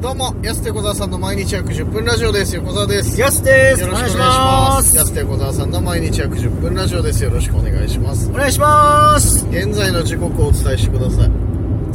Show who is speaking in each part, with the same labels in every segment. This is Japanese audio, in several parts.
Speaker 1: どうも、安手小沢さんの毎日約10分ラジオです。横澤です。
Speaker 2: やすで
Speaker 1: よ
Speaker 2: す。
Speaker 1: ろしくお願いします。
Speaker 2: お願いし
Speaker 1: 安手小沢さんの毎日約10分ラジオです。よろしくお願いします
Speaker 2: ます。。お願いします。
Speaker 1: 現在の時刻をお伝えしてください。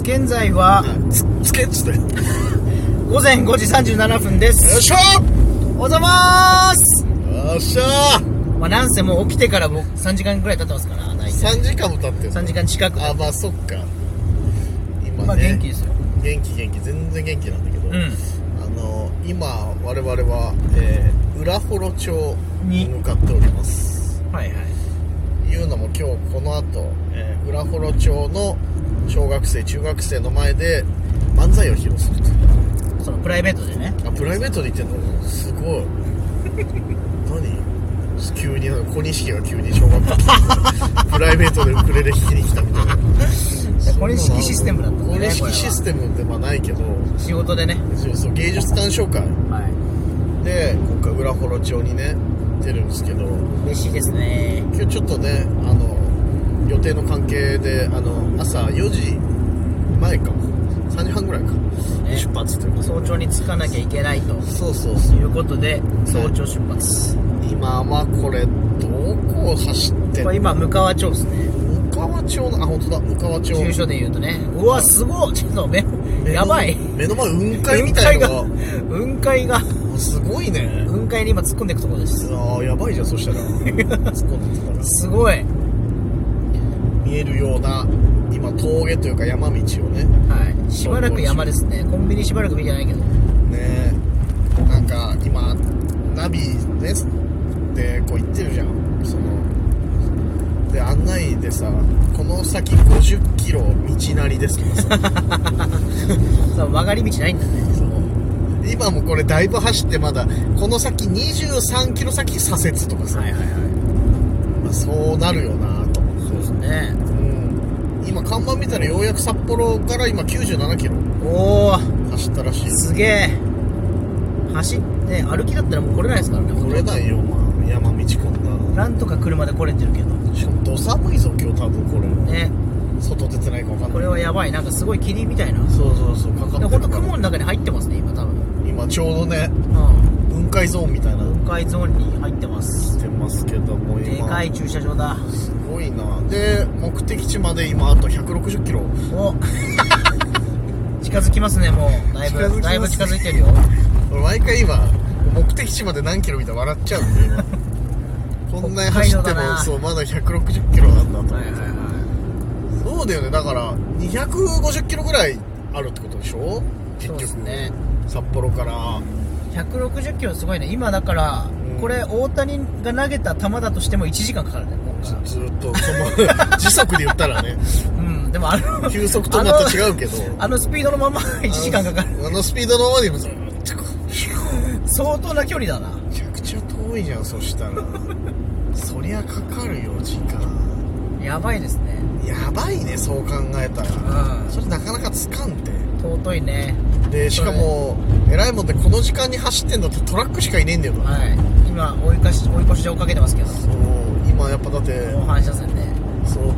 Speaker 2: 現在は
Speaker 1: はいつ、つけっつって。よ
Speaker 2: 午前5時37分です。
Speaker 1: っしゃ
Speaker 2: おはようございます。
Speaker 1: ーよっしゃー
Speaker 2: まあ、なんせもう起きてから僕3時間ぐらい経ってますから、大体
Speaker 1: !3 時間も経ってる。
Speaker 2: 3時間近く。
Speaker 1: あ、まあそっか。今ね、
Speaker 2: まあ元気ですよ。
Speaker 1: 元気元気、全然元気なんだけど。
Speaker 2: うん
Speaker 1: あの、今、我々は、えー、浦幌町に
Speaker 2: に
Speaker 1: 向かっております。
Speaker 2: はいはい。
Speaker 1: いうのも今日この後、えー、浦幌町の小学生中学生の前で漫才を披露する
Speaker 2: そのプライベートでね。
Speaker 1: とあプライベートで言ってんのすごい 何急に小錦が急に小学校来て プライベートでウクレレ弾きに来たみたい な
Speaker 2: これ式システムだったん
Speaker 1: 小
Speaker 2: だね
Speaker 1: 錦
Speaker 2: これは
Speaker 1: システムってまあないけど
Speaker 2: 仕事でね。
Speaker 1: そうそう芸術鑑賞会
Speaker 2: は
Speaker 1: で今回浦幌町にね出るんですけど
Speaker 2: い。嬉しいですね。
Speaker 1: 今日ちょっとねあの予定の関係であの朝4時前か3時半ぐらいか、
Speaker 2: ね
Speaker 1: 出発というか
Speaker 2: 早朝に着かなきゃいけないと。
Speaker 1: そうそうそう
Speaker 2: いうことで、早朝出発。
Speaker 1: 今はこれどこを走ってん
Speaker 2: こ
Speaker 1: の
Speaker 2: れ今、向川町ですね。
Speaker 1: 向川町のあ本当だ向川町
Speaker 2: 住所で言うとね。うわ、すごいちょっと目、やばい。
Speaker 1: 目の前雲海みたいのが
Speaker 2: 雲海が、
Speaker 1: あすごいね
Speaker 2: 雲海に今突っ込んでいくところです。
Speaker 1: あーやばいじゃんそしたら 突っ込んでったら
Speaker 2: すごい。はい。
Speaker 1: 見えるような今峠というか山道をね
Speaker 2: しばらく山ですね。コンビニしばらく見てないけど。
Speaker 1: ねえなんか今ナビですってこう言ってるじゃんそので案内でさこの先50キロ道なりです とかさ
Speaker 2: そう曲がり道ないんだね。
Speaker 1: その今もこれだいぶ走ってまだこの先23キロ先左折とかさ、
Speaker 2: はいはいはい。
Speaker 1: まあそうなるよなと思って
Speaker 2: そうですね。
Speaker 1: うん今看板見たらようやく札幌から今97キロ
Speaker 2: おー、
Speaker 1: 走ったらしいよ
Speaker 2: すげえ。走って、歩きだったらもう来れないですからね、
Speaker 1: 乗れないよまあ山道こんな
Speaker 2: なんとか車で来れてるけど。
Speaker 1: しかもど寒いぞ今日多分これ
Speaker 2: ね。
Speaker 1: 外出てないか分かんない
Speaker 2: これはやばい。なんかすごい霧みたいな。
Speaker 1: そうそうそうかかってる
Speaker 2: でもほんと雲の中に入ってますね、今多分。
Speaker 1: 今ちょうどね
Speaker 2: うん。
Speaker 1: 雲海ゾーンみたいなの
Speaker 2: 雲海ゾーンに入ってます。
Speaker 1: してますけども今
Speaker 2: でかい駐車場だ。
Speaker 1: すごいなで目的地まで今あと160キロ
Speaker 2: お 近づきますねもうだいぶ
Speaker 1: 近づきます
Speaker 2: だいぶ近づいてるよ
Speaker 1: 俺毎回今目的地まで何キロみたいな笑っちゃ うんで今こんなに走って
Speaker 2: 北海道だ
Speaker 1: も
Speaker 2: な
Speaker 1: そうまだ160キロなんだと思って、
Speaker 2: は
Speaker 1: そうだよねだから250キロぐらいあるってことでしょ結
Speaker 2: そう
Speaker 1: 局
Speaker 2: ですね
Speaker 1: 札幌から
Speaker 2: い160キロすごいね今だから、
Speaker 1: うん
Speaker 2: これ大谷が投げた球だとしても1時間かかるね今回
Speaker 1: ずっとその時速で言ったら ね
Speaker 2: うんでもあの
Speaker 1: 急速とまた違うけど
Speaker 2: あのスピードのまま1時間かかる
Speaker 1: あのスピードのままでもずーっとこう
Speaker 2: 相当な距離だな
Speaker 1: めちゃくちゃ遠いじゃんそしたらそりゃかかるよ時間
Speaker 2: やばいですね
Speaker 1: やばいねそう考えたら、
Speaker 2: うん
Speaker 1: それなかなかつかんて
Speaker 2: 尊いね
Speaker 1: でしかもえらいもんでこの時間に走ってんだってトラックしかいねえんだよな、
Speaker 2: はい今追い越し追い越し状かけてますけど
Speaker 1: そう今やっぱだって
Speaker 2: もう反射線で
Speaker 1: そう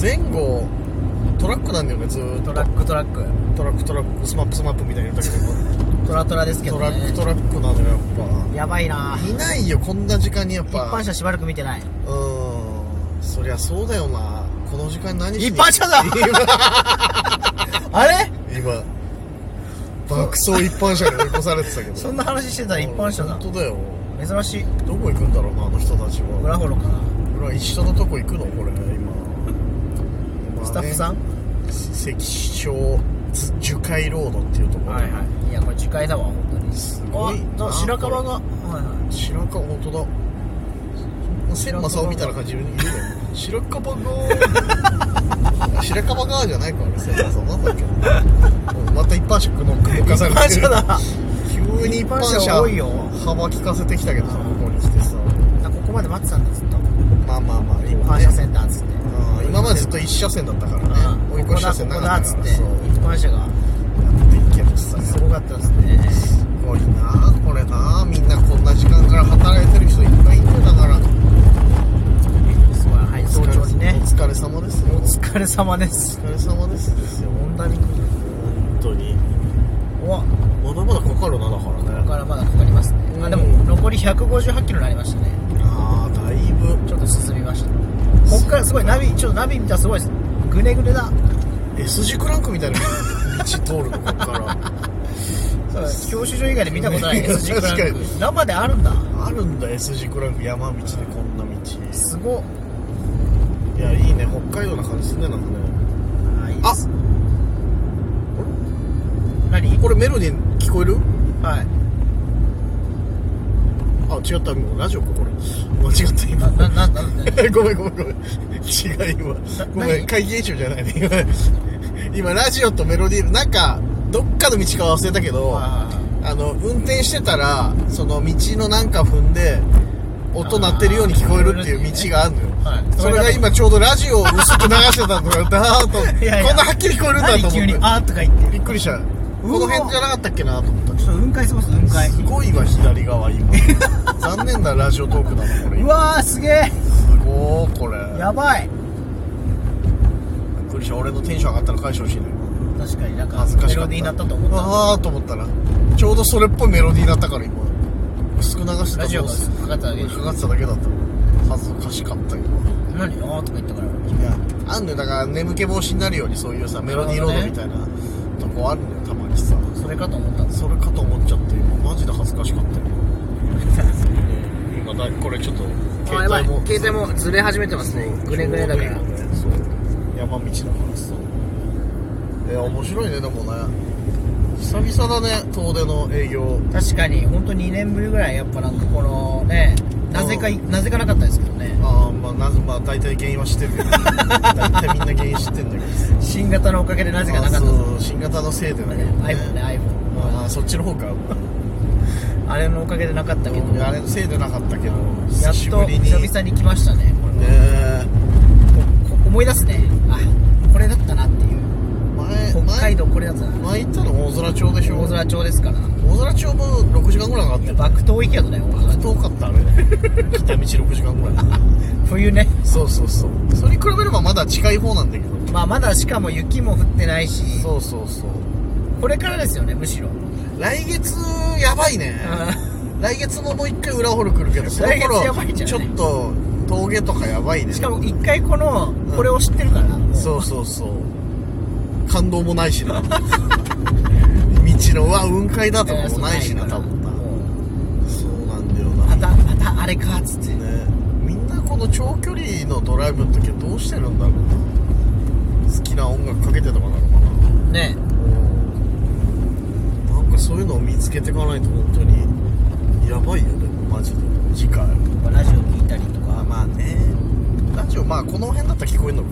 Speaker 1: 前後トラックなんだよねずーっと
Speaker 2: トラックトラック
Speaker 1: トラックトラックスマップスマップみたいに言った けど
Speaker 2: トラトラですけど
Speaker 1: トラッ
Speaker 2: ね
Speaker 1: クトラックなのよやっ
Speaker 2: やばいな
Speaker 1: ぱいないよこんな時間にやっ
Speaker 2: 一
Speaker 1: ぱ
Speaker 2: 般車しばらく見てないう
Speaker 1: ーんそりゃそうだよなこの時間に何しに
Speaker 2: 一般車だあれ
Speaker 1: 今爆走一般車に追い越されてたけど
Speaker 2: そんな話してたら一般車だ
Speaker 1: 本当だよ
Speaker 2: 珍しい
Speaker 1: どこ行くんだろうなあの人たちは
Speaker 2: 裏幌かな
Speaker 1: 俺は一緒のとこ行くのこれ 今今ね
Speaker 2: スタッフさん
Speaker 1: 関所樹海ロードっていうところ
Speaker 2: いいやこれ樹海だわ本当に
Speaker 1: すごい
Speaker 2: あだ
Speaker 1: な
Speaker 2: 白樺が
Speaker 1: こ
Speaker 2: はいはい
Speaker 1: 白樺本当だ千正雄みたいな感じで言うね白樺が白樺がじゃないかあれ千正雄なん だっけもうまた一般車くのくのかされ
Speaker 2: い
Speaker 1: て
Speaker 2: 一
Speaker 1: る
Speaker 2: 般車 だ
Speaker 1: 急に一般
Speaker 2: 一般
Speaker 1: 車
Speaker 2: 車多いよ
Speaker 1: 幅利かせてきたけどさここに来てさ
Speaker 2: あここまで待ってたんだずっと
Speaker 1: まあまあまあ
Speaker 2: 一
Speaker 1: 今
Speaker 2: 般
Speaker 1: ね
Speaker 2: 車線だっつって
Speaker 1: うん今までずっと一車線だったからね
Speaker 2: あ
Speaker 1: 追い
Speaker 2: こ
Speaker 1: 越
Speaker 2: こ
Speaker 1: し車
Speaker 2: だ
Speaker 1: 線
Speaker 2: こ
Speaker 1: な
Speaker 2: こ
Speaker 1: か
Speaker 2: だ
Speaker 1: っ
Speaker 2: ったつ
Speaker 1: か
Speaker 2: って
Speaker 1: ら
Speaker 2: 一
Speaker 1: そう
Speaker 2: 般車が
Speaker 1: やっていけばさ
Speaker 2: すごかったですね
Speaker 1: すごいなこれなみんなこんな時間から働いてる人いっぱいいるんだから
Speaker 2: すごいはい早朝にね
Speaker 1: お疲れ様ですよ
Speaker 2: お疲れ様です
Speaker 1: お疲れ様ですですよ
Speaker 2: 本当に
Speaker 1: 本当に
Speaker 2: お
Speaker 1: まだまだ
Speaker 2: 158キロになりましたね
Speaker 1: ああだいぶ
Speaker 2: ちょっと進みましたこっからすごいナビちょっとナビ見たらすごいですグネグネだ
Speaker 1: S 字クランクみたいな 道通るのこっから
Speaker 2: そう教習所以外で見たこ とない S 字クラン
Speaker 1: 確か
Speaker 2: ク生であるんだ
Speaker 1: あるんだ S 字クランク山道でこんな道
Speaker 2: すごっ
Speaker 1: いやいいね北海道な感じすんねなんかね
Speaker 2: あいいです
Speaker 1: あ
Speaker 2: 何
Speaker 1: これメロディー聞こえる
Speaker 2: はい
Speaker 1: あ違ったもうラジオかこれ間違った今
Speaker 2: ななななんで
Speaker 1: ごめんごめんごめん違う今ごめん
Speaker 2: 何
Speaker 1: 会議演習じゃないね今今ラジオとメロディーなんかどっかの道か忘れたけど
Speaker 2: あ
Speaker 1: あの運転してたらその道のなんか踏んで音鳴ってるように聞こえるっていう道があるのよ、
Speaker 2: ーはい
Speaker 1: それが今ちょうどラジオを薄く流してたのがだーっと
Speaker 2: いやいや
Speaker 1: こんなはっきり聞こえるんだと
Speaker 2: 何
Speaker 1: 思
Speaker 2: 急に
Speaker 1: って
Speaker 2: あーとか言って
Speaker 1: びっくりしたこの辺じゃなかったっけなと思った
Speaker 2: ちょっと雲海過ごす雲海
Speaker 1: すごいわ左側 今残念なラジオトークだなこれ
Speaker 2: うわーすげえ
Speaker 1: すごーこれ
Speaker 2: やばい
Speaker 1: びっくりした俺のテンション上がったら返してほしいね
Speaker 2: 確かになんか
Speaker 1: 恥ずかし
Speaker 2: メ
Speaker 1: かっ
Speaker 2: ロ
Speaker 1: た
Speaker 2: ディーになったと思った
Speaker 1: ああと思ったらちょうどそれっぽいメロディーだったから今薄く流してた
Speaker 2: ラジオがかかっただけでし
Speaker 1: か
Speaker 2: ょ
Speaker 1: かってただけだった恥ずかしかった今
Speaker 2: 何あーとか言ったから
Speaker 1: いやあんのよだから眠気防止になるようにそういうさメロディーロードみたいなとこあるんだよたまにさ
Speaker 2: それかと思ったん です
Speaker 1: それかと思っちゃって今マジで恥ずかしかったよ今だこれちょっと
Speaker 2: 帯もずれ始めてますね
Speaker 1: そう山道だからさえ面白いねでもね久々だね遠出の営業
Speaker 2: 確かに本当2年ぶりぐらいやっぱなんかこのねなぜかいなぜかなかったですけどね
Speaker 1: ああまあなんまあ大体原因は知ってるけど大体みんな原因知ってんだけどさ
Speaker 2: 新型のおかげでなぜかなか
Speaker 1: あ
Speaker 2: ったで
Speaker 1: ー
Speaker 2: す
Speaker 1: そう新型のせいでだけど
Speaker 2: iPhone ね iPhone
Speaker 1: ああそっちの方か
Speaker 2: あれのおかげでなかったけど
Speaker 1: あれのせいでなかったけど
Speaker 2: や
Speaker 1: 久
Speaker 2: っ
Speaker 1: し
Speaker 2: と
Speaker 1: ぶりに
Speaker 2: 久々に来ましたねこれ
Speaker 1: ね
Speaker 2: こ思い出すねあこれだったなっていう
Speaker 1: え前
Speaker 2: 北海道これだったな
Speaker 1: 前前行ったの大空町でしょ
Speaker 2: 大空町ですから
Speaker 1: 大空町も6時間ぐらいかかっ
Speaker 2: い
Speaker 1: た
Speaker 2: や
Speaker 1: よ
Speaker 2: 爆投行きやとね大空町
Speaker 1: 遠かったあれ 片道6時間ぐらい
Speaker 2: 冬ね
Speaker 1: そうそうそうそれに比べればまだ近い方なんだけど
Speaker 2: まあまだしかも雪も降ってないし
Speaker 1: そうそうそう
Speaker 2: これからですよねむしろ
Speaker 1: 来月やばいね来月ももう一回裏ホル来るけどその
Speaker 2: 来月やば
Speaker 1: 頃
Speaker 2: いんじ
Speaker 1: ち
Speaker 2: ゃ
Speaker 1: ょ
Speaker 2: ない
Speaker 1: っと峠とかやばいね
Speaker 2: しかも一回このこれを知ってるからもう
Speaker 1: そうそうそう感動もないしな道のうわ雲海だとかもないしな多分な
Speaker 2: も
Speaker 1: そうなんだよ
Speaker 2: う
Speaker 1: な
Speaker 2: またまたあれかっつって
Speaker 1: ねみんなこの長距離のドライブの時はどうしてるんだろうな好きな音楽かけてとかなのか
Speaker 2: ね
Speaker 1: ななんかそういうのを見つけていかないと本当にやばいよねマジで次回
Speaker 2: ラジオ聞いたりとか
Speaker 1: まあねラジオまあこの辺だったら聞こえるのか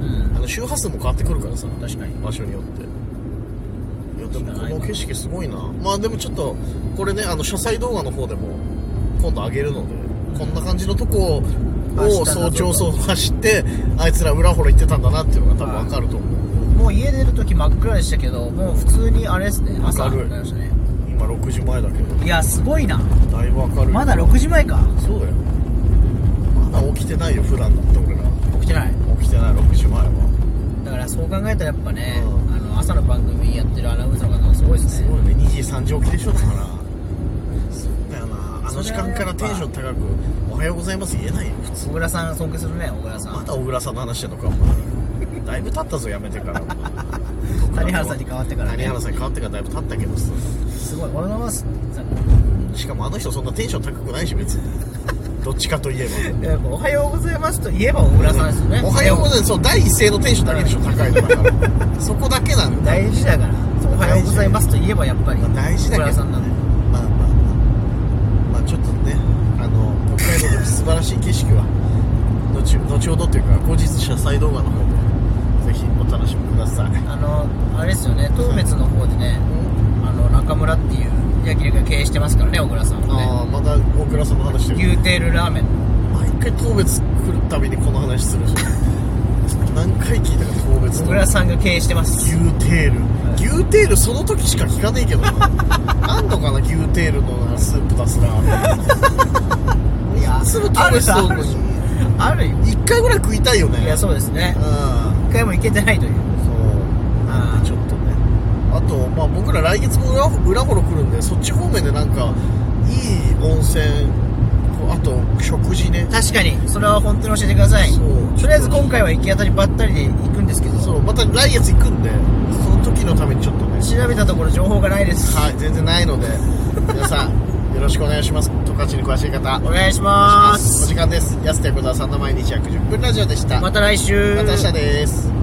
Speaker 2: うん
Speaker 1: あの周波数も変わってくるからさ
Speaker 2: 確かに
Speaker 1: 場所によっていやでも
Speaker 2: 知らない
Speaker 1: こ
Speaker 2: な
Speaker 1: の景色すごいなまあでもちょっとこれねあの車載動画の方でも今度上げるのでこんな感じのとこ
Speaker 2: 走
Speaker 1: を
Speaker 2: ったん
Speaker 1: 早
Speaker 2: だ
Speaker 1: 朝そ
Speaker 2: そうう
Speaker 1: 走ってあいつら裏幌行ってたんだなっていうのが多分わかると思う
Speaker 2: もう家出る時真っ暗でしたけどもう普通にあれですね朝
Speaker 1: 明
Speaker 2: に
Speaker 1: るい
Speaker 2: なりましたね
Speaker 1: 今6時前だけど
Speaker 2: いやすごいな
Speaker 1: だいぶ明るい
Speaker 2: まだ6時前か
Speaker 1: そうだよまだ起きてないよ普段だって俺ら
Speaker 2: 起きてない
Speaker 1: 起きてない6時前は
Speaker 2: だからそう考えたらやっぱね
Speaker 1: うん
Speaker 2: あの朝の番組やってるアナウンサーの方がすごいです
Speaker 1: す
Speaker 2: ね
Speaker 1: ごいね2時3時起きでしょだからそうだよなあの時間からテンション高く「おはようございます」言えないよ普通
Speaker 2: 小倉さん尊敬するね小倉さ
Speaker 1: ま
Speaker 2: ん
Speaker 1: だ小倉さんの話してんのかお前 だいぶ経ったぞやめてから
Speaker 2: 谷原さんに変わってからね
Speaker 1: 谷原さんに変わってからだいぶ経ったけどさ
Speaker 2: すごい俺 のます
Speaker 1: しかもあの人そんなテンション高くないし別 にどっちかといえば
Speaker 2: やっぱおはようございますと言えば小倉さんですよね
Speaker 1: おはようございますそう第一声のテンションだけでしょ高いのだ からそこだけなんだよ
Speaker 2: 大事だからおはようございますと言えばやっぱり
Speaker 1: まあ大事だけど
Speaker 2: 小倉さんなんで
Speaker 1: まあまあまあまあちょっとねあの北海道の素晴らしい景色は後後ほどというか後日車載動画の方でぜひお楽しみください
Speaker 2: あのあれですよね東別の方でねあの中村っていう焼き肉屋経営してますからね小倉さんはね
Speaker 1: ああまだ大倉さんの話してる
Speaker 2: 牛テールラーメン
Speaker 1: 毎回当別来るたびにこの話するし何回聞いたか当別
Speaker 2: 小
Speaker 1: と
Speaker 2: 倉さんが経営してます
Speaker 1: 牛テール牛テールその時しか聞かねえけ どなあんのかな牛テールのなスープ出すな
Speaker 2: いや
Speaker 1: すぐ
Speaker 2: あ
Speaker 1: 当
Speaker 2: る
Speaker 1: 別
Speaker 2: さ
Speaker 1: と
Speaker 2: あるよ
Speaker 1: 一回ぐらい食いたいよね
Speaker 2: いやそうですね
Speaker 1: うん
Speaker 2: 一回も行けてないという
Speaker 1: そう
Speaker 2: あ
Speaker 1: ちょっとねあとまあ僕ら来月も裏裏幌来るんでそっち方面でなんかいい温泉こうあと食事ね
Speaker 2: 確かにそれは本当に教えてください
Speaker 1: そう
Speaker 2: とりあえず今回は行き当たりばったりで行くんですけど
Speaker 1: そうまた来月行くんでその時のためにちょっとね
Speaker 2: 調べたところ情報がないです
Speaker 1: はい全然ないので 皆さんよろしくお願いします十勝に詳しい方
Speaker 2: お願いしま
Speaker 1: お
Speaker 2: す
Speaker 1: 時間です安手小沢さんの毎日約10分ラジオでした
Speaker 2: また来週
Speaker 1: また明日です